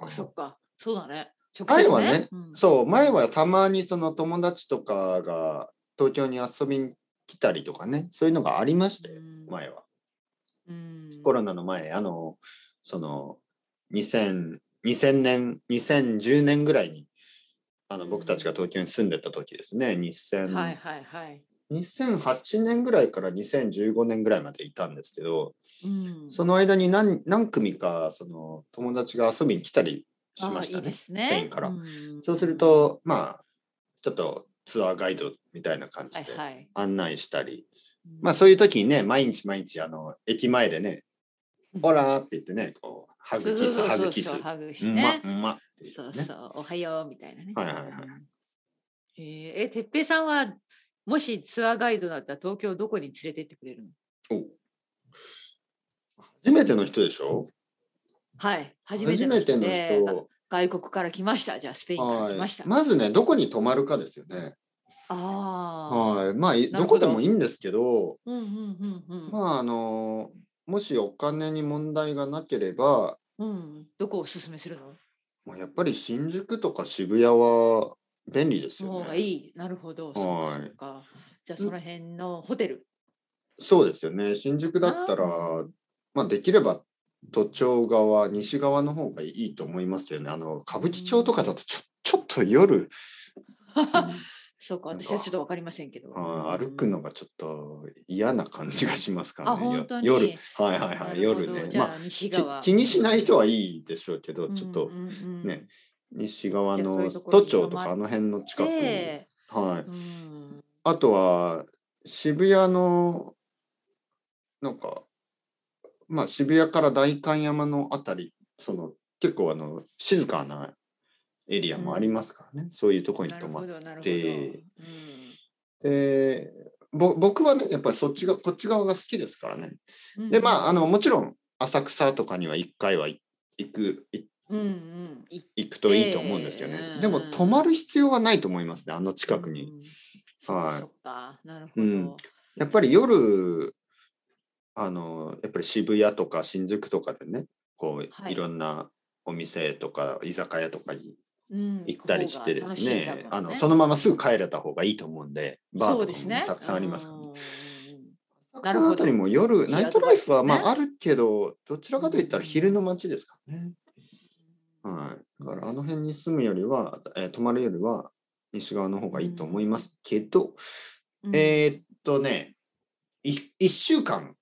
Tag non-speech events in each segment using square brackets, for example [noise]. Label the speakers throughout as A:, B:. A: かそっか。そうだね。直
B: 前はね、
A: うん
B: そう前はたまにその友達とかが東京に遊びに来たりとかねそういうのがありましたよ
A: うん
B: 前は
A: うん
B: コロナの前あのその2000 2000年2010年ぐらいにあの
A: うん
B: 僕たちが東京に住んでた時ですね2000、
A: はいはいはい。
B: 2008年ぐらいから2015年ぐらいまでいたんですけど
A: うん。
B: その間に何何組かその友達が遊びに来たりしました
A: ああいい
B: ね
A: ですね。
B: スペインから
A: ん
B: そうする。と、まあ、ちょっとツアーガイドみたいな感じ
A: はい
B: で
A: はい。
B: 案内したり、まあ
A: う
B: そういう時にね、毎日毎日、あの、駅前でね
A: うん、
B: ほらーって言ってね、こう、ハ
A: んそうそ
B: グキ
A: う
B: ス、
A: そう
B: ハ
A: そう
B: グキス、
A: そううハグして
B: ま、
A: ね。
B: うまって
A: そ
B: や
A: う
B: つね。
A: そう、おはようみたいなね。
B: はいはいはい
A: うんえーえ、てっぺいさんは、もしツアーガイドだったら東京どこに連れてってくれるの
B: お初めての人でしょ
A: はい、初めて
B: 初
A: の
B: めて
A: 人
B: の
A: で
B: 人。
A: 外国から来ました。じゃあスペインから
B: は
A: 来ました。
B: い。まずね、どこに泊まるかですよね。
A: ああ。
B: はい。まあ、い
A: なる
B: ど
A: ほ
B: こ
A: ど
B: でもいいんですけど、
A: うんうんうんうん。
B: まあ、あの、もしお金に問題がなければ、
A: うん、どこをおすすめするの
B: まあ、やっぱり新宿とか渋谷は便利です
A: その
B: よ
A: 方が
B: ね。
A: いい。なるほど。そうか
B: はい
A: そうか。じゃあその辺のホテル。
B: そうですよね。新宿だったら
A: あー、
B: まあ、できれば都庁側、西側の方がいいと思いますよね。あの歌舞伎町とかだとちょちょっ
A: [laughs]
B: と夜、
A: そうか、
B: なんか
A: 私はちょっとわかりませんけど。
B: あー歩くのがちょっと嫌な感じがしますから
A: あ
B: ね。よ
A: 本当に
B: 夜、はいはい
A: な
B: はい、
A: るほど
B: 夜ね。
A: じ
B: ま
A: ゃあ西
B: あ
A: 側。
B: き気にしない人はいいでしょうけど、ちょっと
A: うんうんうん
B: ね。西側
A: じゃあそうい
B: の
A: うところ
B: 都
A: に泊ま
B: 庁とかあの辺の近くに。
A: で、
B: はい。
A: うん、
B: あとは渋谷のなんかまあ渋谷から代官山のあたりその結構あの静かなエリアもありますからね、そういうとこに
A: なる
B: 泊ま
A: ほ
B: っ
A: どなるほど。
B: て
A: うん
B: てぼ僕はねやっぱりそっちがこっち側が好きですからねでまああ
A: の、
B: のもちろん浅草とかには1回は行くい
A: うんうん、い
B: 行くといいと思うんですけどね、
A: ええ
B: でも泊まる必要はないと思いますねあの近くに。
A: うんそっか
B: はい
A: そっか、なるほど。
B: うんやっぱり夜あのやっぱり渋谷とか新宿とかでねこう、
A: はい
B: い、ろんなお店とか居酒屋とかに
A: うん
B: 行ったりしてですね,、あのそ
A: の
B: のまますぐ帰れた方がいいと思うんでバー
A: そう
B: と
A: です
B: かも
A: ね
B: たくさんありますから、ね。
A: ん
B: 浅草のあたりも夜
A: な
B: ナ
A: るほど
B: イトライフは、
A: いいアド
B: まあ
A: バ
B: あるけどどちらかといったら昼の街ですからね、はい、だからあの辺に住むよりは、えー泊まるよりは西側の方がいいと思いますけど、
A: うん
B: えーっとね、い1週間。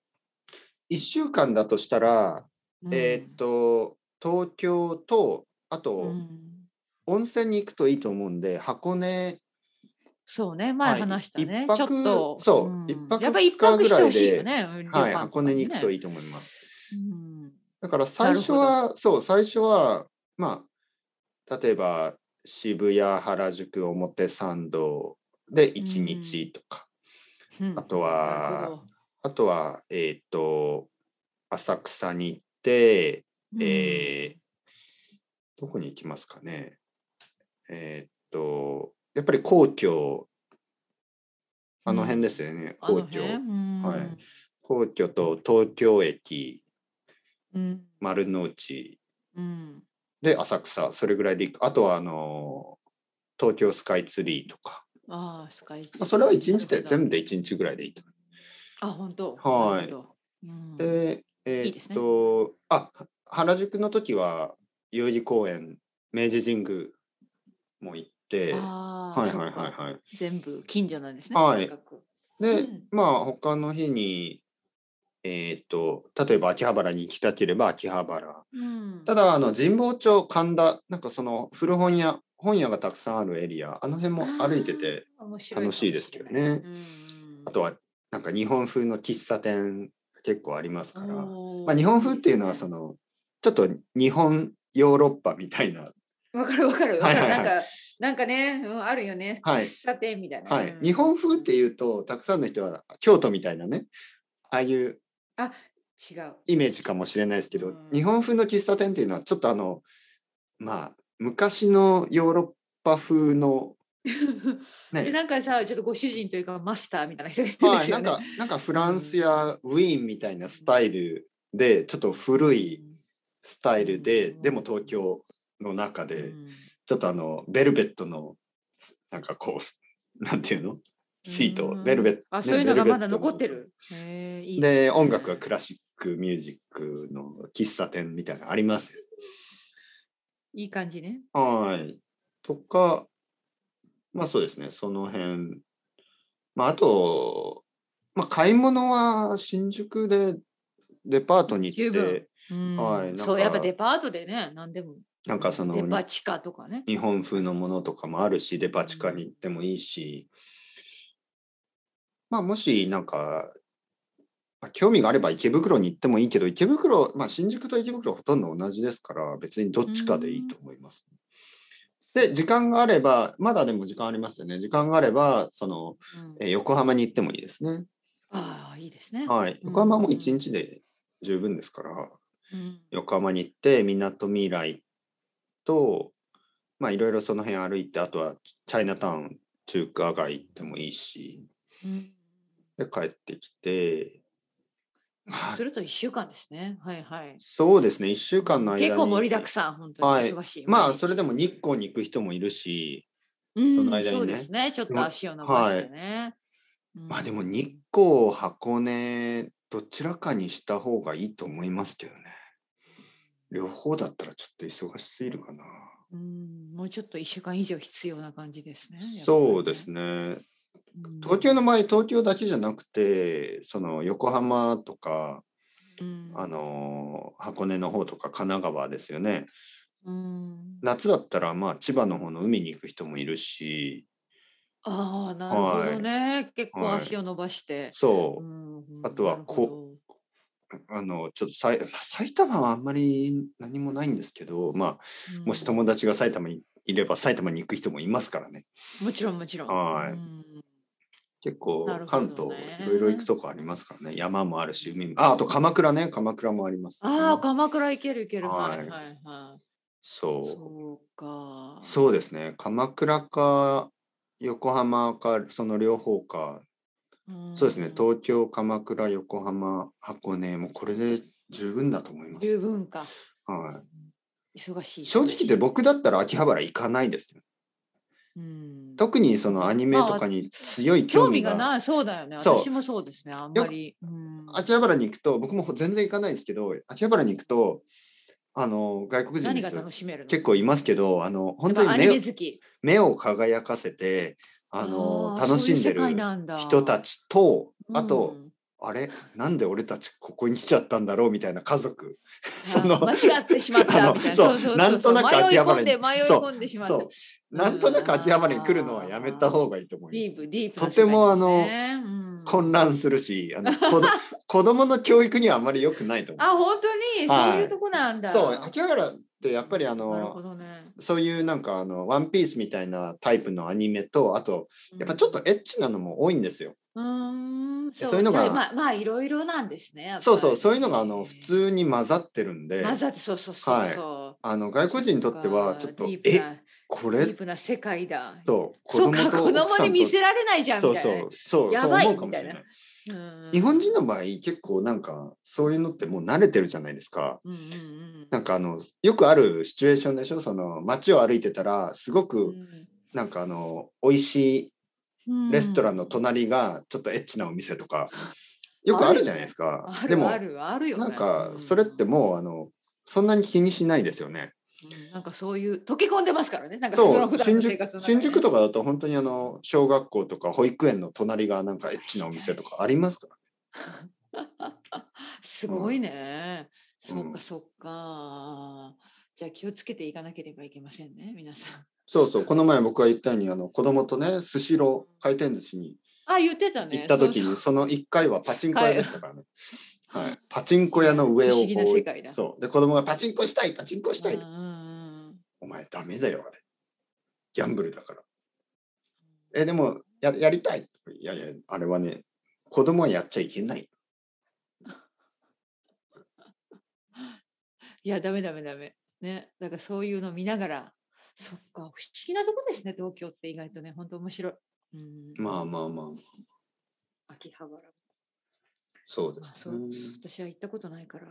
B: 1週間だとしたら、
A: うん
B: えーっと、東京と、あと、
A: うん
B: 温泉に行くといいと思うんで、箱根、
A: そうね、前
B: はい
A: 話したね。
B: 一泊
A: ちょっと、
B: そう
A: うん
B: 一泊
A: やっぱり一泊してほしいよ
B: 二日ぐ
A: ね。
B: はい、箱根に行くと
A: い。
B: いいと思います。
A: うん
B: だから最初は、そう、最初は、まあ、例えば、渋谷、原宿、表参道で1日とか、
A: うん
B: あと
A: なる
B: は
A: ほ、ど
B: あとは、えーっと、浅草に行って、
A: うん
B: えーどこに行きますかね。えーっと、やっぱり皇居、あの辺ですよね、
A: あの
B: 皇
A: 辺
B: 居。
A: うん
B: はい皇居と東京駅、
A: うん
B: 丸の内
A: うん
B: で浅草、それぐらいで行く。あとは、あのー、東京スカイツリーとか。
A: ああ、スカイ
B: まあそれは1日
A: なる
B: で、
A: ほど
B: 全部で1日ぐらいでいいと思
A: あ、本当。
B: はい
A: なるほど。うん
B: う。で、え
A: いい
B: ー
A: です
B: っ
A: ね
B: と、あ、原宿の時は、代々木公園、明治神宮も行って、
A: あ
B: はい
A: あ、
B: はい
A: そっ
B: は
A: か
B: いはい。
A: 全部近所なんですね。
B: はい
A: 近く
B: で、
A: うん
B: まあ他の日にえっ、と例えば秋葉原に行きたければ秋葉原
A: うん。
B: ただあの神保町神田なんかその古本屋本屋がたくさんあるエリアあの辺も歩いてて
A: 面白かも
B: 楽し
A: れ
B: い
A: な
B: ですけど。ね
A: うんうん
B: あとはなんか日本風の喫茶店結構ありますから、ま
A: おー
B: あ、日本風っていうのはそのちょっと日本ヨーロッパみたいな、
A: わかるわかるわか
B: はい
A: る。
B: は
A: な
B: いは
A: ん
B: い
A: か、なんかね、うんあるよね。
B: はい
A: 喫茶店みたいな。
B: はい
A: うん、
B: 日本風っていうとたくさんの人は京都みたいなねああいう
A: 違
B: [laughs]
A: う。
B: イメージかもしれないですけど、
A: うん
B: 日本風の喫茶店っていうのはちょっとあのまあ昔のヨーロッパ風の
A: で、
B: ね
A: なんかさ、ちょっとご主人というかマスターみたいな人がいるんで
B: はい
A: す
B: な
A: よ
B: ん
A: ね。
B: かなんかフランスやウィーンみたいなスタイルでちょっと古いスタイルで、
A: うん
B: でも東京の中で、
A: うん
B: ちょっとあのベルベットのすなんかこうすなんていうのシート
A: うん
B: ベルベット、
A: あ、
B: ね
A: そういうのがまだ
B: ベルベット
A: 残
B: の
A: ってる。へえいいね
B: で音楽はクラシックミュージックの喫茶店みたいなのありますよ
A: いい感じね。
B: はい。とか、まあそうですね、その辺。まああと、まあ買い物は新宿でデパートに行
A: 十
B: っ
A: 分
B: て、
A: うん
B: はいなんか
A: そう、やっぱデパートでね、何でも。
B: なんかその
A: デパ地下とかね。
B: 日本風のものとかもあるし、デパ地下に行ってもいいし、まあもしなんか、まあ興味があれば池袋に行ってもいいけど、池袋、まあ新宿と池袋ほとんど同じですから、別にどっちかでいいと思います。で、時間があれば、まだでも時間ありますよね。時間があれば、その、
A: うん
B: えー横浜に行ってもいいですね。
A: ああ、いいですね。
B: はい。
A: うん
B: 横浜も1日で十分ですから。
A: うん
B: 横浜に行ってみなとみらいとまあいろいろその辺歩いてあとはチャイナタウン中華街行ってもいいし
A: うん
B: で帰ってきてまあ
A: すると一週間ですね。はいはい。
B: そうですね1週間の間に
A: 結構盛りだくさん、本当に
B: はい
A: 忙しい。
B: ま
A: 毎
B: あ
A: 日
B: それでも日光に行く人もいるし
A: うん
B: その間にね
A: そうですね。ちょっと足を伸ばしてね。うん
B: まあでも日光箱根どちらかにした方がいいと思いますけどね両方だったらちょっと忙しすぎるかな
A: うんもうちょっと一週間以上必要な感じですね。
B: そうです
A: ね。
B: ね
A: うん
B: 東京の場合東京だけじゃなくてその横浜とか、
A: うん
B: あのー箱根の方とか神奈川ですよね
A: うん
B: 夏だったらまあ千葉の方の海に行く人もいるし
A: ああ、なるほどね。結構足を伸ばして。
B: そううんあとはこあのちょっとさい埼玉はあんまり何もないんですけどまあ
A: なるほどうん
B: もし友達が埼玉にいれば埼玉に行く人もいますからね
A: もちろんもちろん。
B: はい
A: うん
B: 結構
A: なるほど
B: 関
A: ね
B: 東いろいろ行くとこありますからね山もあるし海もああと鎌倉ね鎌倉もあります、
A: ああ、鎌倉行ける行ける。は
B: はいい
A: はいはい。
B: そう
A: そうか。
B: そうですね鎌倉か横浜かその両方か、
A: うん
B: そうですね東京鎌倉横浜箱根もうこれで十分だと思います、
A: 十分か。
B: は
A: 忙し
B: い、
A: い。
B: 正直言って僕だったら秋葉原行かないですね
A: うん
B: 特にそのアニメとかに強い
A: 興
B: 興味
A: 味
B: が,、
A: がない、そうだよね。
B: そう
A: 私もそうですね。あんまり。うん
B: 秋葉原に行くと僕も全然行かないですけど秋葉原に行くとあの外国人
A: 何
B: の
A: が
B: 人
A: 楽しめるの
B: 結構いますけどあの本当
A: やっぱ
B: に
A: アニ
B: 目を
A: メ好き。
B: 目を輝かせてあの
A: あー
B: 楽しんでる
A: そういう世界なんだ
B: 人たちとあと、
A: うん
B: あれなんで俺たちここに来ちゃったんだろうみたいな家族その
A: あ [laughs] 間違ってしまっ
B: [laughs] あ
A: た
B: の
A: みたいな。
B: そうなんとなく
A: 迷い
B: 秋葉
A: 込
B: 原
A: ん
B: に
A: で迷い込んでしまった
B: そ。うなんとなく秋葉原に来るのはやめた方がいいと思
A: ディ
B: い
A: ー
B: ます。
A: プディープ。
B: とてもあの
A: うん
B: 混乱するし
A: [laughs]
B: あの子ど子供の教育にはあまり良くないと思
A: あ本当に
B: はい
A: そういうとこなん
B: う。
A: だ。
B: そう秋葉原ってやっぱりあ
A: なるほ
B: の
A: どね。
B: そういうなんかあのワンピースみたいなタイプのアニメとあとやっぱちょっとエッチなのも多いんですよ。
A: うーん、そう
B: そういうのが
A: じゃあまあまあいろいろなんですね。やっぱり
B: そうそうそういうのがあの普。通に混ざってるんで
A: 混ざってそうそうそうそう。
B: あの外国人にとってはちょっと
A: ディープ
B: え
A: な
B: こ
A: デ
B: れ
A: ィープな世界だ。
B: そう
A: そうか子
B: 奥
A: 供
B: さん
A: に
B: と
A: 見せられないじゃん
B: そ
A: みた
B: う
A: い
B: そ
A: な
B: うそう
A: や
B: そう
A: ばい
B: 思うかもしれ
A: みた
B: ないい
A: な。うん。
B: 日本人の場合結構なんかそういうのってもう慣れてるじゃないですか。
A: うんうんうん。
B: なんかあのよくあるシチュエーションでしょその街を歩いてたらすごくなんかあの美味し
A: うん
B: いレストランの隣がちょっとエッチなお店とかよくあるじゃないですか。
A: ある
B: でも
A: あるあるよね、
B: なんか
A: う
B: それってもうあのそんなに気にしないですよね。
A: うんなんかそういう溶け込んでますからねなんかその
B: そう
A: 普段
B: 新
A: の生活
B: 宿
A: の中
B: 新宿
A: と
B: とかだと本当にあの小学校とか保育園の隣がなんかエッチなお店とかありますから。
A: すごいね、
B: うん
A: そっかそっかじゃあ気をつけていかなければいけませんね皆さ
B: [laughs]
A: ん
B: そうそうこの前僕が言ったようにあの子供とねスシロー回転寿司に
A: あ言ってたね
B: 行った時
A: そう
B: に
A: そ
B: その1回はパチンコ屋でしたからね、
A: う
B: はい、パチンコ屋の上
A: 不
B: をこ
A: 思議な世界だ
B: うそうで子供がパチンコしたいパチンコしたい、
A: うんうんうん
B: お前ダメだよあれギャンブルだからえでもややりたいいやいやあれはね子供はやっちゃいけない
A: いやダメダメダメねだからそういうの見ながらそっか不思議なとこですね東京って意外とね本当面白い、うん、
B: まあまあまあ
A: 秋葉原
B: そうです、ね、
A: 私は行ったことないから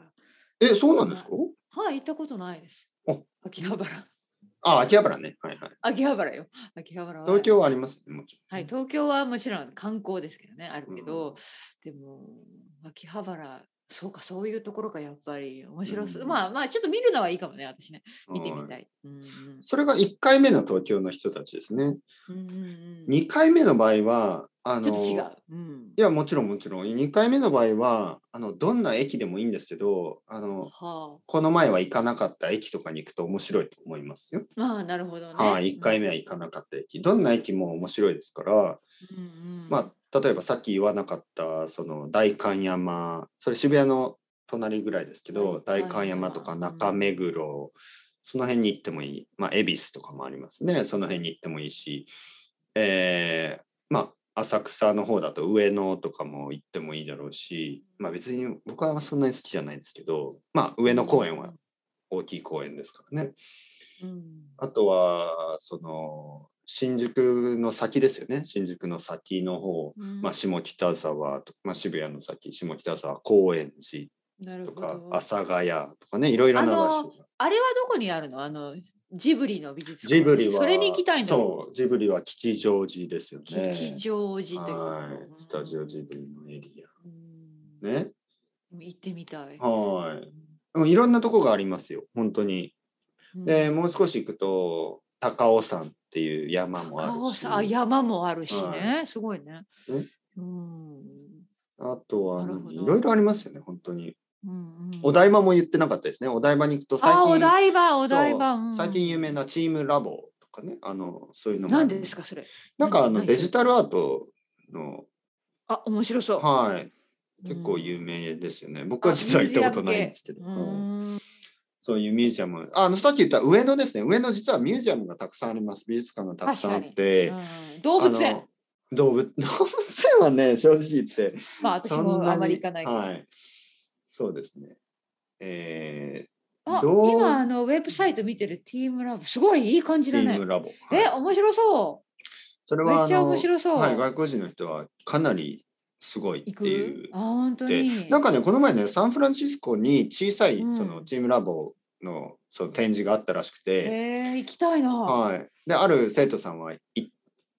B: えそうなんですか
A: はい行ったことないです
B: あ
A: 秋葉原 [laughs]
B: あ、秋葉原ね。はいはい。
A: 秋葉原よ。秋葉原は。
B: 東京はありますね、もちろん。
A: はい、東京はもちろん観光ですけどね、あるけど、でも、秋葉原、そうか、そういうところがやっぱり面白そう。
B: うん
A: まあまあ、ちょっと見るのはいいかもね、私ね。見てみ
B: は
A: た
B: い。
A: い。うんうん
B: それが1回目の東京の人たちですね。
A: うんうんうん
B: 2回目の場合は、あ
A: ちょ
B: の、
A: っと違。
B: いう
A: うん、
B: や、もちろんもちろん。2回目の場合は、あの、どんな駅でもいいんですけど、あの、
A: はあ、
B: この前は行かなかった駅とかに行くと面白いと思いますよ。
A: まあ、なるほどね。
B: はい、1回
A: 目。
B: 目は行かなかった駅。どんな駅も面白いですから、
A: うんうん、
B: まあ、例えばさっき言わなかった、その、代官山、それ渋谷の隣ぐらいですけど、
A: 代官
B: 代
A: 山
B: 官山とか
A: う
B: 中
A: ん
B: 目黒、その辺に行ってもいい。まあ、恵比寿とかもありますね。その辺に行ってもいいし、えーまあ、浅草の方だと上野とかも行ってもいいだろうし、まあ別に僕はそんなに好きじゃないんですけど、まあ上野公園は大きい公園ですからね。
A: うん、
B: あとは、その、新宿の先ですよね。新宿の先の方、
A: うん、
B: まあ、下北沢と、まあ、渋谷の先、下北沢、高円寺
A: なる
B: と
A: ほ
B: か、
A: ど
B: 阿佐ヶ谷とかね、いろいろな場所。
A: あれはどこにあるのあのジブリの美術館
B: ジブリは、
A: それに行きたいの
B: そう、ジブリは吉祥寺ですよね。
A: 吉祥寺という
B: はい、スタジオジブリのエリア。ね。
A: うん行ってみたい。
B: はい。でもいろんなとこがありますよ、本当に。
A: うん
B: で、もう少し行くと、高尾山っていう山もあ
A: 高
B: る
A: 尾
B: し。
A: 山あ山もあるしね、
B: は
A: すごいね
B: ね。
A: うん
B: あとは
A: なる
B: 何
A: ほど
B: いろいろありますよね、本当に。
A: うんうん
B: お台場も言ってなかったですね。お台場に行くと最
A: あ
B: 近、
A: お台場
B: そう
A: お台場、うん
B: 最近有名なチームラボとかね、あの、そういうのもあ
A: 何
B: る。
A: ですかそれ
B: なんかあ
A: 何
B: の
A: 何
B: デジタルアートの、
A: あ面白そう、
B: はい、
A: うん
B: 結構有名ですよね。僕は実は行ったことないんですけど。
A: う
B: うん
A: ん
B: そういうミュージアム。あの、さっき言った上野ですね。上野実はミュージアムがたくさんあります。美術館がたくさんあって。
A: うん動物
B: あ
A: 園
B: の動物、 [laughs] 動物園はね、正直言って。
A: まあ私
B: そんなに
A: もあまり行かないけど、
B: はい。そうですね。え
A: あ
B: どう
A: 今あのウェブサイト見てるティームラボすごいいい感
B: ー、
A: じ
B: チ
A: だ
B: ー
A: ね
B: ムラボ。
A: え
B: はい
A: 面白そ
B: それ
A: う
B: はあの
A: めっちゃ面白そう、
B: はい、外国人の人はかなりすごいっ
A: 行
B: て
A: く
B: いう
A: あ。本当
B: で
A: に
B: なんかね、この前ね、サンフランシスコに小さい
A: うん
B: そのチームラボのその展示があったらしく
A: へ
B: て、
A: え行きたいな、
B: はい。で、ある生徒さんはい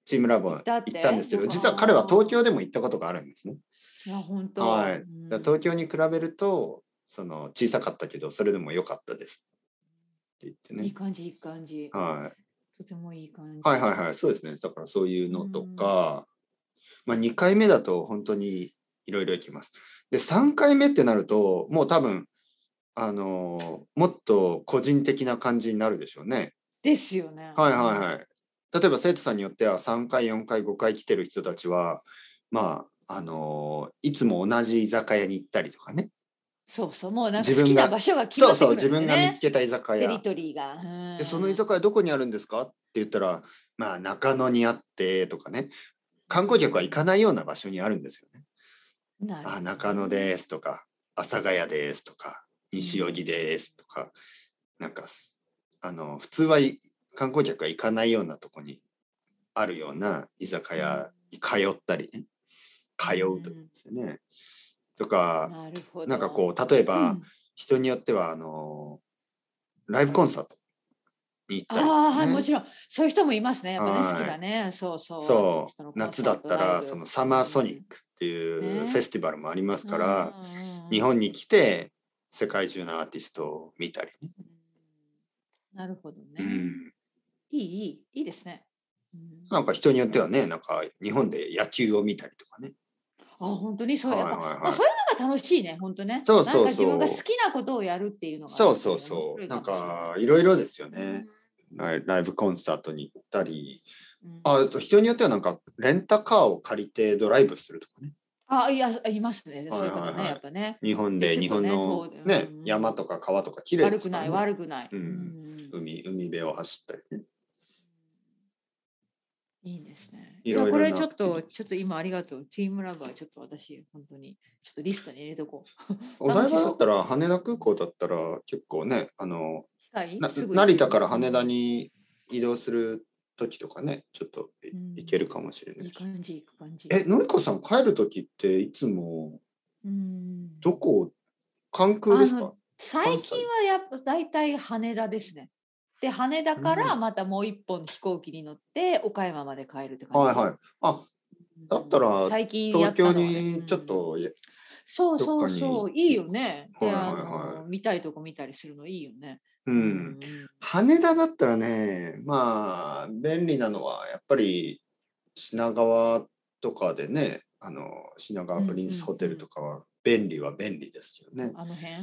B: チームラボ行
A: たっ
B: ってたんですけ
A: あ
B: ど、
A: ー
B: 実は彼は東京でも行ったことがあるんですね。
A: いや本当
B: はい
A: うん
B: だから東京に比べると、その小さかったけど、それでも良かったですって言っ
A: いい
B: てね。
A: 感じいい感じ、
B: は
A: と
B: い。
A: てもいい感じ
B: はいはいはい、そうですね。だからそういうのとか、まあ2回目だと本当にいろいろ行きます。で、3回目ってなると、もう多分、あのーもっと個人的な感じになるでしょうね。
A: ですよね
B: はいはいはいい。例えば生徒さんによっては3回、4回、5回来てる人たちは、まあ、あのーいつも同じ居酒屋に行ったりとかね。
A: そうそうもうなんか
B: 自
A: 好き
B: 分が
A: な場所が決ま
B: そ
A: って
B: う
A: く
B: そう、
A: るん
B: 自分が見つ
A: け
B: けた居酒
A: テ
B: 屋。
A: リトリーがうん
B: でその居酒屋どこにあるんですかって言ったら、まあ中野にあってとかね、観光客は行かないような場所にあるんですよね。
A: なるほ
B: あ
A: ど
B: 中野ですとか、阿佐ヶ谷ですとか、西荻ですとか、なんかす、あの、普通はい観光客が行かないようなとこにあるような居酒屋に通ったりね、通うというんですよね。とか、
A: なるほど
B: なんかこう、例え
A: う
B: ば
A: ん、
B: 人によっては、あの、ライブコンサートに行ったりとか、ね。
A: ああはいもちろんそういう人もいますねやっぱね
B: はい
A: 好きだねそうそう
B: そ
A: 人の
B: う
A: コンサ
B: 夏
A: ート
B: だった
A: ライ
B: ら
A: ブ
B: そのサマーソニックって
A: うん
B: いう
A: ね
B: フェスティバルもありますか
A: う
B: ら、
A: んうんうん
B: 日本に来て世界中のアーティストを見たりね、
A: なるほどね、
B: うん、
A: いいいいいいですね、うん
B: なんか人によってはねなんか日本で野球を見たりとかね
A: あ本当にそう、
B: はいはい
A: やっぱ、
B: はい
A: まあ、そういうのが楽しいね本当ね
B: そうそうそう
A: なんか自分が好きなことをやるっていうのが
B: そうそうそうなんかいろいろですよね、ライライブコンサートに行ったり
A: うん
B: ああと人によってはなんかレンタカーを借りてドライブするとかね
A: あいやいますねそういう方ね、
B: はいはいはい
A: やっぱね
B: 日本で
A: 結
B: 日
A: 構
B: 本
A: ね
B: の
A: 遠い
B: ね
A: うん
B: 山とか川とか綺麗で
A: 悪
B: す
A: く
B: か
A: ない
B: ら、ね、
A: 悪くない、
B: うん
A: うん
B: 海海辺を走ったりね
A: いいですね
B: いろいろ
A: こ
B: な
A: れちょっ
B: アクティビ
A: とちょっと今ありがとうチームラバーちょっと私本当にちょっとリストに入れとこう
B: お台場だったら羽田空港だったら結構ねあの
A: 機械
B: な
A: すぐ
B: 成田から羽田に移動する時とかねちょっとい
A: うん
B: 行けるかもしれない
A: いい
B: し、
A: 感じいい感じ
B: えのりこさん帰る時っていつも
A: うん
B: どこ関空です
A: あ
B: か
A: の最近はやっぱ大体羽田ですねで羽田からまたもう一本の飛行機に乗って岡山まで帰るって感じ。
B: はいはい。あ、
A: うん
B: だったら
A: 最近や
B: 東
A: ったの
B: 京
A: はね
B: にちょっ
A: うん
B: と、
A: そう
B: ど
A: そ
B: っか
A: う
B: に
A: そういいよね。で、
B: はいはい
A: あ
B: はい
A: の見たいとこ見たりするのいいよね。
B: う。
A: うん
B: 羽田だったらね、まあ、便利なのは、やっぱり品川とかでね、あの、品川プリンスホテルとかは、便利は便利ですよね。
A: あの辺、う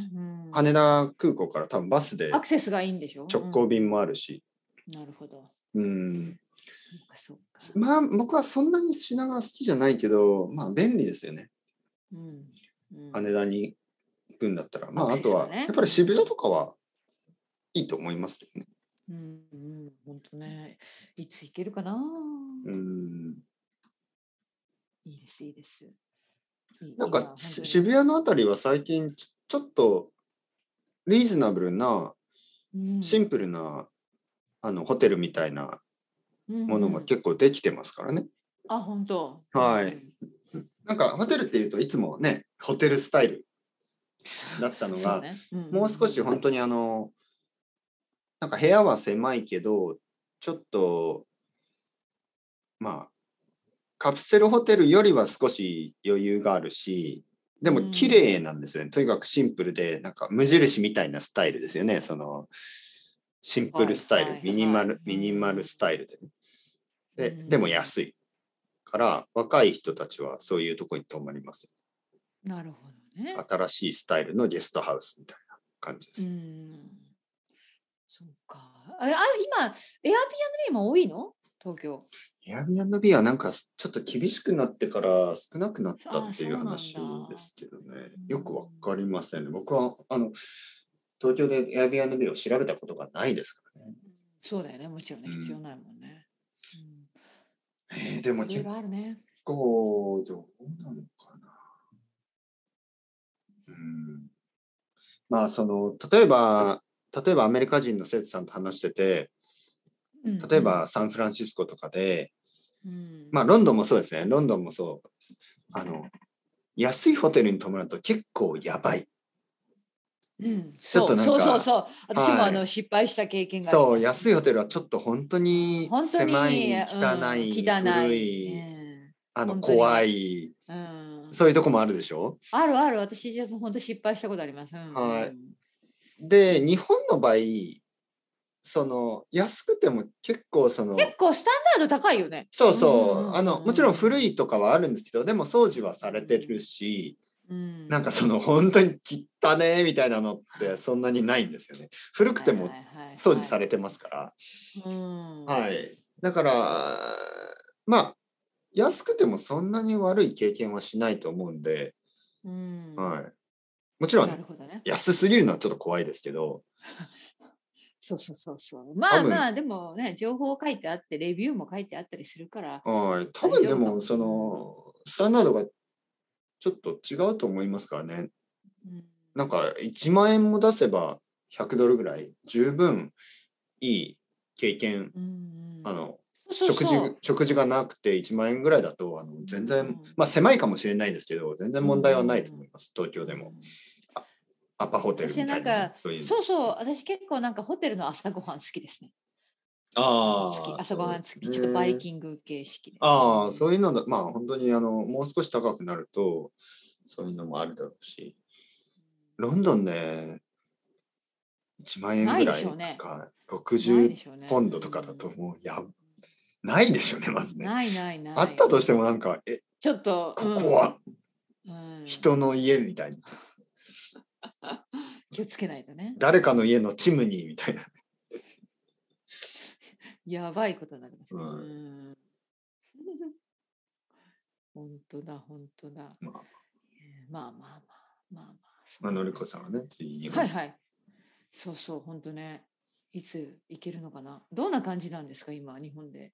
A: ん
B: 羽田空港から多分バスで
A: アクセスがいいんでしょ。
B: 直行便もあるし、
A: うんなるほど。
B: うん。
A: そうかそうか。
B: まあ、僕はそんなに品川好きじゃないけど、まあ、便利ですよね。
A: うんうん
B: 羽田に行くんだったら。まあ、
A: アク
B: あ
A: セス
B: と
A: が
B: は、
A: ね
B: やっぱり渋谷とかは、いいと思いますよね。
A: うんうん、本当ね。いつ行けるかな。
B: うん。
A: いいですいいです。い
B: な
A: 今
B: んか
A: 本当
B: し
A: に
B: 渋谷のあたりは最近ちょちょっとリーズナブルな
A: うん
B: シンプルな、あのホテルみたいなもの
A: う
B: も
A: んうん
B: 結構できてますからね。
A: あ本当。
B: はい
A: うん
B: なんかホテルっていうといつもねホテルスタイルだったの
A: そ
B: が、
A: うねんん
B: もう少し本当にあのなんか部屋は狭いけどちょっとまあカプセルホテルよりは少し余裕があるしで
A: う
B: も
A: ん
B: 綺麗なんですよね、とにかくシンプルでなんか無印みたいなスタイルですよねそのシンプルスタイ
A: は
B: ル、
A: いはい
B: ミニマル、
A: はい
B: ミニマルスタイルでね、で
A: うん
B: でも安いから若い人たちはそういうとこに泊まります
A: なるほどね。
B: 新しいスタイルのゲストハウスみたいな感じです
A: う。ん。そうか。ああ今エアビーも多いの？東京。
B: エアビアンビはなんかちょっと厳しくなってから少なくなったっていう
A: あ
B: 話
A: そうなんだ
B: ですけどね
A: うん。
B: よくわかりませんね。僕はあの東京でエアビアンビを調べたことがないですからね。
A: そうだよね。もちろんね
B: うん
A: 必要ないもんね。うん
B: えーでも
A: いろい
B: 結
A: ろあるね。
B: 構どうなのかな。うん。まあその例えば例えばアメリカ人の生徒さんと話してて、
A: うん
B: 例えば、サンフランシスコとかで、
A: うん
B: まあ、ロンドンもそうですね。ロンドンもそう。あの、安いホテルに泊まると結構やばい。
A: うん、
B: ちょっ
A: そう
B: となんか
A: そうそうそう。私も
B: はい
A: あの、失敗した経験があります
B: そう、安いホテルはちょっと本当に
A: 本当に
B: 狭い、
A: うん
B: 汚い、
A: 汚
B: 古
A: い
B: い、
A: ね
B: あの、
A: 本当に
B: 怖い、
A: うん、
B: そういうとこもあるでしょ
A: あるある私じゃ本当失敗したことあります。うん
B: はいで、日本の場合、その、安くても結構その、
A: 結構スタンダード高いよね。
B: そうそう、
A: うん
B: あの、もちろん古いとかはあるんですけど、でも掃除はされてるし、
A: うん、
B: なんかその、本当に汚ねえみたいなのってそんなにないんですよね。古くても掃除されてますから。
A: る。うん
B: はい。だから、まあ、安くてもそんなに悪い経験はしないと思うんで、
A: うん
B: はい。もちろ、
A: なんるほどね。
B: 安すぎるのはちょっと怖いですけど、
A: そうそうそうそう。まあ
B: 多分
A: まあでもね情報書いてあってレビューも書いてあったりするから。
B: はい。多分で
A: 大丈夫かも
B: も、その、スタンダードがちょっと違うと思いますからね。
A: うん
B: なんか、1万円も出せば100ドルぐらい、十分いい経験、
A: うん
B: あの、
A: そうそう
B: 食
A: そう
B: 事食事がなくて1万円ぐらいだとあの全然、
A: うん
B: まあ狭いかもしれないですけど全然問題はないと思います、東京でも。アパホテルみたいなね
A: 私なんか
B: そういう
A: そうそう私結構なんかホテルの朝ごはん好きですね。
B: あ
A: 月
B: あ
A: 朝ごはん付き、
B: そうで
A: ち
B: す
A: ょっとバイ
B: ね
A: キング形式で。
B: ああそういうのだまあ本当にあのもう少し高くなるとそういうのもあるだろうしロンドンで1万円
A: ない
B: ぐ
A: で
B: らい
A: しょうね
B: か
A: ないで
B: 60
A: しょうね
B: ポンドとかだともうやないでしょうねまずね。
A: ないないない。
B: あったとしてもなんかえ
A: ちょっと、
B: ここは
A: うんうん
B: 人の家みたいな
A: 気をつけないとね。
B: 誰かの家のチムニーみたいな。
A: やばいことになりますね。
B: はい
A: うん [laughs] 本当だ、本当だ。
B: まあ、
A: まあまあまあまあまあ。そう
B: [laughs] まあ、のりこさんはね、次に。
A: はいはい。そうそう、本当ね。いつ行けるのかな。どんな感じなんですか、今、日本で。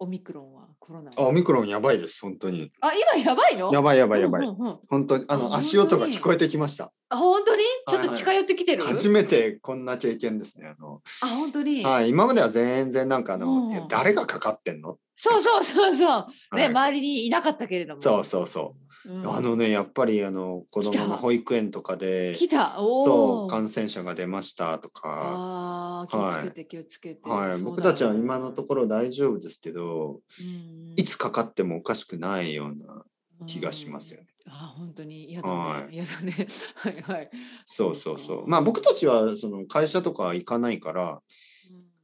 A: オミクロンはコロナは。
B: あ、オミクロンやばいです、本当に。
A: あ、今やばいの
B: やばいやばいやば
A: う
B: い。
A: んうんうん
B: 本当に、あ
A: あ
B: の、
A: 本当に
B: 足音が聞こえてきました。
A: あ、本当にちょっ
B: はい
A: と
B: はい
A: 近寄ってきてる、
B: 初めてこんな経験ですね。あの、
A: あ、本当に、
B: はい、今までは全然なんかあ
A: うん
B: の、いや誰がかかってんの
A: そうそうそうそう。ね、
B: はい
A: 周りにいなかったけれども。。
B: そうそうそう
A: うん
B: あのねやっぱりあの子供
A: 来た
B: の保育園とかで
A: 来たお
B: そ
A: お
B: う感染者が出ましたとか。
A: あー気をつけて気をつけて、
B: はい、僕たちは今のところ大丈夫ですけど、
A: ろ、うん
B: いつかかってもおかしくないような気がしますよね。
A: あー本当に嫌だ
B: は
A: ね嫌だね [laughs] はいはい、
B: そうそうそうう。
A: ん
B: まあ僕たちはその会社とか行かないから、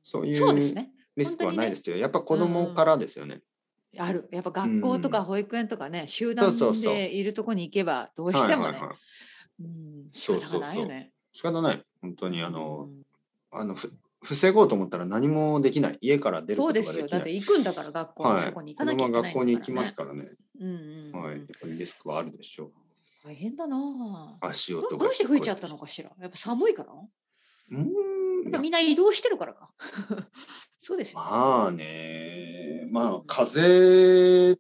B: そうい
A: そうです
B: う
A: ね
B: リスクはないですけど、やっぱ子供からですよね。
A: あるやっぱ学校と
B: う
A: か
B: ん
A: 保育園とかね、集
B: そ
A: 団
B: うそうそう
A: でいるとこに行けばどうしてもね、
B: はいはいはい。
A: うん仕
B: そう
A: 方
B: そうそう
A: がないよね。
B: 仕方ない。本当にあの、
A: うん
B: あのふ防ごうと思ったら何もできない。家から出る
A: そ
B: こ
A: う
B: と
A: で
B: が
A: す
B: で
A: よ
B: き
A: だっ
B: な
A: て
B: い。
A: 行くんだから学校の
B: はい。
A: そこに行か
B: 子
A: なきゃ
B: 供
A: いけな
B: は
A: いん
B: 学
A: だ
B: 校
A: から、ね、
B: に行きますからね。
A: うんうんうん
B: はい。やっぱりリスクはあるでしょう。
A: 大変だなあ
B: 足
A: ど
B: 音が
A: どうして吹いちゃったのかしらやっぱ寒いからや
B: うー
A: っ
B: ん。
A: ぱみんな移動してるからか [laughs] そうですよ、ね
B: まあね、まあ風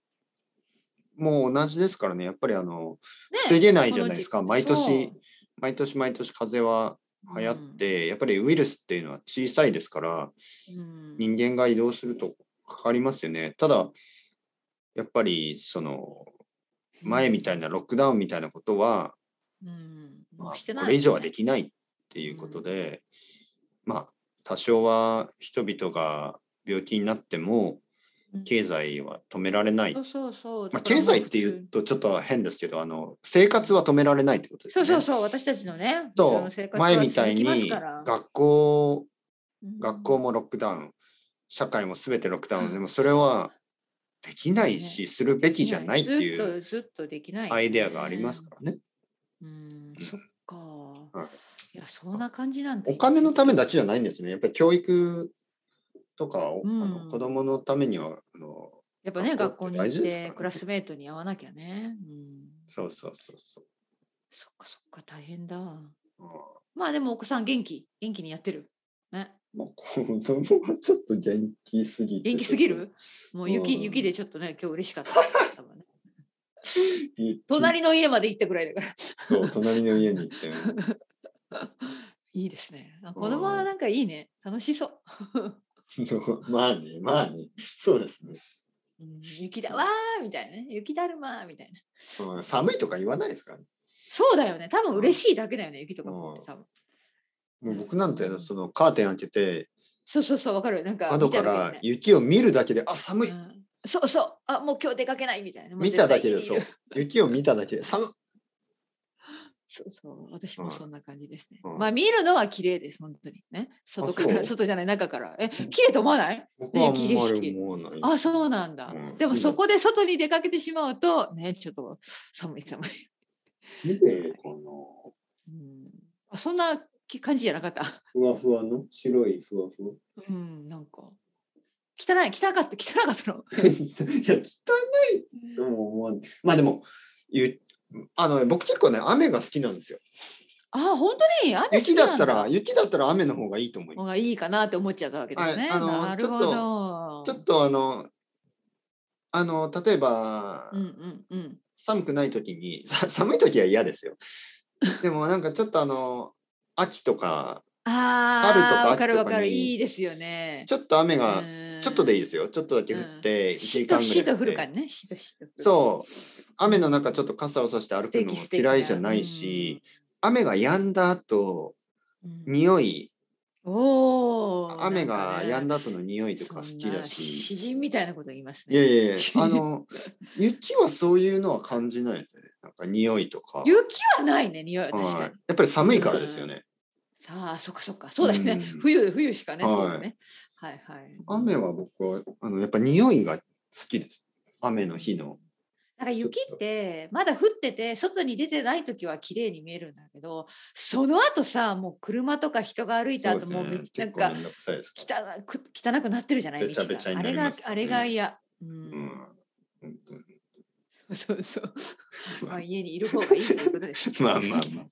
B: も同じですからね、やっぱりあの、
A: ね
B: 防げないじゃないですか、
A: この
B: 毎
A: 時期
B: 年、毎年毎年風邪は
A: そう
B: 流行って、やっぱりウイルスっていうのは小さいですから、
A: うんうん
B: 人間が移動するとかかりますよね。ただ、やっぱりその、前みたいなロックダウンみたいなことは、
A: うんも
B: ま
A: うして
B: あ、
A: ない
B: これ以上は
A: もんね
B: できないっていうことで、まあ多少は人々が病気になっても
A: うん
B: 経済は止められない、
A: そうそうそうだから
B: まあ、経
A: もう
B: 済ってい
A: 普
B: う
A: 通
B: とちょっと変ですけどあの生活は止められないってことです
A: そ
B: ね。
A: うそうそう私たちのね
B: そう
A: 普通の生活は
B: 前みたい
A: 続き
B: に
A: ますから
B: 学校
A: うん
B: 学校もロックダウン社会も全てロックダウンでもそれはできないしするべきじゃないっていう
A: ずっとずっとできないよね、
B: アイデアがありますから
A: う
B: ね。
A: ん
B: うん
A: そっか、、
B: はい
A: やそんな感じなんだ
B: お金のためだけじゃないんですね。やっぱり教育とか、おあ
A: う
B: の
A: ん
B: 子供のためにはあの
A: やっぱね学
B: 学
A: 校
B: 校っ
A: に
B: て
A: 行
B: 大
A: っ
B: 事ですからね
A: てクラスメートに会わなきゃね、うん、
B: そうそうそうそう。
A: そっかそっか大変だ
B: うん
A: まあでもお子さん元気元気にやってるね
B: まあ、子供はちょっと元気すぎて。
A: 元気すぎるもう雪、
B: うん
A: 雪でちょっとね今日嬉しかった多分
B: [laughs]
A: ね
B: 雪
A: 隣の家まで行ったぐらいだから [laughs]
B: そう隣の家に行って。
A: いいですねあ子供はなんかいいね楽しそう
B: [laughs] まあね、まあね。そうですね。
A: うん雪だわーみたいなね雪だるまーみたいな
B: うん寒いとか言わないですからね。
A: そうだよね多分嬉しいだけだよね雪とか
B: うん
A: も多分
B: もう僕なんてそのカーテン開けて
A: そうそうそうわかるなんか
B: 窓
A: 見
B: か
A: ただけ
B: ら
A: でね
B: 雪を見るだけであ寒い
A: うんそうそうあもう今日出かけないみたいなもう
B: 見ただけで
A: 絶
B: そ
A: 対
B: う
A: 家にいる
B: 雪を見ただけで寒っ
A: そうそう私もそんな感じですね、
B: うん
A: まあ見るのは綺麗です本当にね外か
B: そ
A: ら
B: う
A: 外じゃない中からえ綺麗と思わない
B: 僕はあんま
A: ね雪景
B: り
A: 色
B: 思わない。
A: あそうなんだ、
B: うん
A: でも
B: いいね
A: そこで外に出かけてしまうとねちょっと寒い寒い、
B: 見てこの
A: うん、あそんな感じじゃなかった
B: ふわふわの白いふわふわ。 [laughs]
A: うん、なんか。汚い、汚かった、汚かったの。
B: いや、汚いとも思わない。まあでも、ゆあのね僕結構ね、雨が好きなんですよ。
A: あ、本当に、雨好き
B: 雪だ
A: な
B: っ
A: ん
B: たら、。雪だったら雨の方がいいと思いま
A: 方がいいかなって思っちゃったわけですね。
B: はいあの
A: なるほ
B: ち
A: ど。
B: す。ちょっとあの、あの、例えば、
A: うんうんうん。
B: 寒くない時に、 [laughs] さ寒い時は嫌ですよ。でもなんかちょっとあの、秋とか、
A: ああ、
B: 春とか
A: わかるわかる、
B: 秋とかに
A: いいですよね。
B: ちょっと雨が、ち
A: ち
B: ょっとでいい
A: い。
B: ですよ。ちょっとだけ降って、1
A: し
B: 時
A: っと
B: 間ぐらい
A: しっと降
B: 降っ
A: る
B: て
A: 感じね。しっとしっと降る。
B: そう雨の中ちょっと傘を差して歩
A: 素
B: くの
A: 敵
B: も
A: 素敵な。
B: 嫌いじゃないし、雨が止んだ後
A: うん、うん
B: 匂い
A: おお。
B: 雨が止ん
A: だ
B: だ後の匂いとか好きだし、
A: 詩人みたいなこと言います
B: いや
A: ね。
B: いやいやあの雪はそういうのは感じないですよねなんか匂いとか、は
A: [laughs]
B: い、
A: 雪はないね、匂いは確か
B: や
A: に。
B: っぱり寒いからですよね、
A: さあ、そっかそっか、そうだよね。
B: うん
A: 冬、冬しかね、
B: はい
A: そうだね。はいはい。
B: 雨は僕はあのやっぱ匂いが好きです雨の日の
A: なんか雪ってまだ降ってて外に出てない時は綺麗に見えるんだけどその後さもう車とか人が歩いた
B: そうで
A: 後
B: す
A: もうめっ
B: ね
A: ちゃな
B: 結
A: ん
B: 構
A: か
B: めんどくさいですか
A: 汚く汚くなってるじゃない
B: べ
A: 道
B: ちゃ
A: が
B: べちゃに
A: あ
B: な
A: れ
B: り
A: が
B: ますよね
A: あれが嫌、う
B: ら
A: ん
B: うん本当に
A: [laughs] そうそう、
B: [laughs]
A: まあ、家にいる方がいいということですね
B: まあまあまあ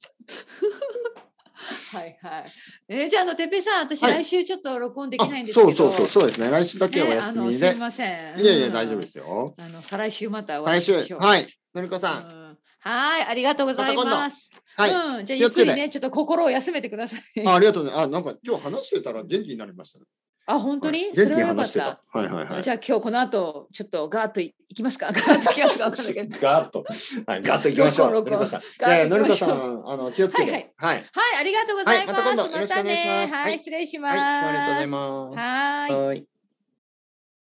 A: はいはいえーじゃああのてっぺいさん私、
B: はい
A: 来週ちょっと録音でき
B: あ
A: ないんですけ
B: そ
A: ど
B: うそうそうそうですね来週だけお
A: ねあ
B: 休
A: の
B: み
A: す
B: で、
A: いません
B: いやいうや
A: ん
B: 大丈夫ですよ
A: あの再来週またお会い
B: 来
A: し
B: 週
A: ましょう
B: はいのりこさん
A: うんはい、ありがとうござい
B: また今度
A: ます。
B: はい、
A: うん、じゃあ
B: 気
A: ゆっ
B: をつけ
A: く
B: て
A: りね、ちょっと心を休めてください。
B: あありがとうございます。あ、なんか今日話してたら元気になりましたね。
A: あ、本当に、
B: はい
A: そ
B: 元
A: れ
B: 気
A: は
B: に
A: よかっ
B: 話して
A: た
B: た。。はいはいはい。
A: じゃあ今日この後、ちょっとガーッといいきますか。ガーッといきますかわかんないけ
B: [laughs]
A: ど。
B: ガーッと、はい、ガーッといきましょう。のり
A: 録音録音
B: こさん。いやいや、
A: ガ
B: の
A: ーッ
B: り
A: と行きま
B: こ
A: しょ
B: さ、
A: うん
B: あの、気をつけ
A: はい
B: て。は
A: は
B: い。
A: い、ありがとうございます。
B: はいまた今度よろしくお願いします
A: は、
B: はいい
A: 失礼しま
B: はい、
A: す。
B: ありがとうございます。
A: はーい。
B: はい。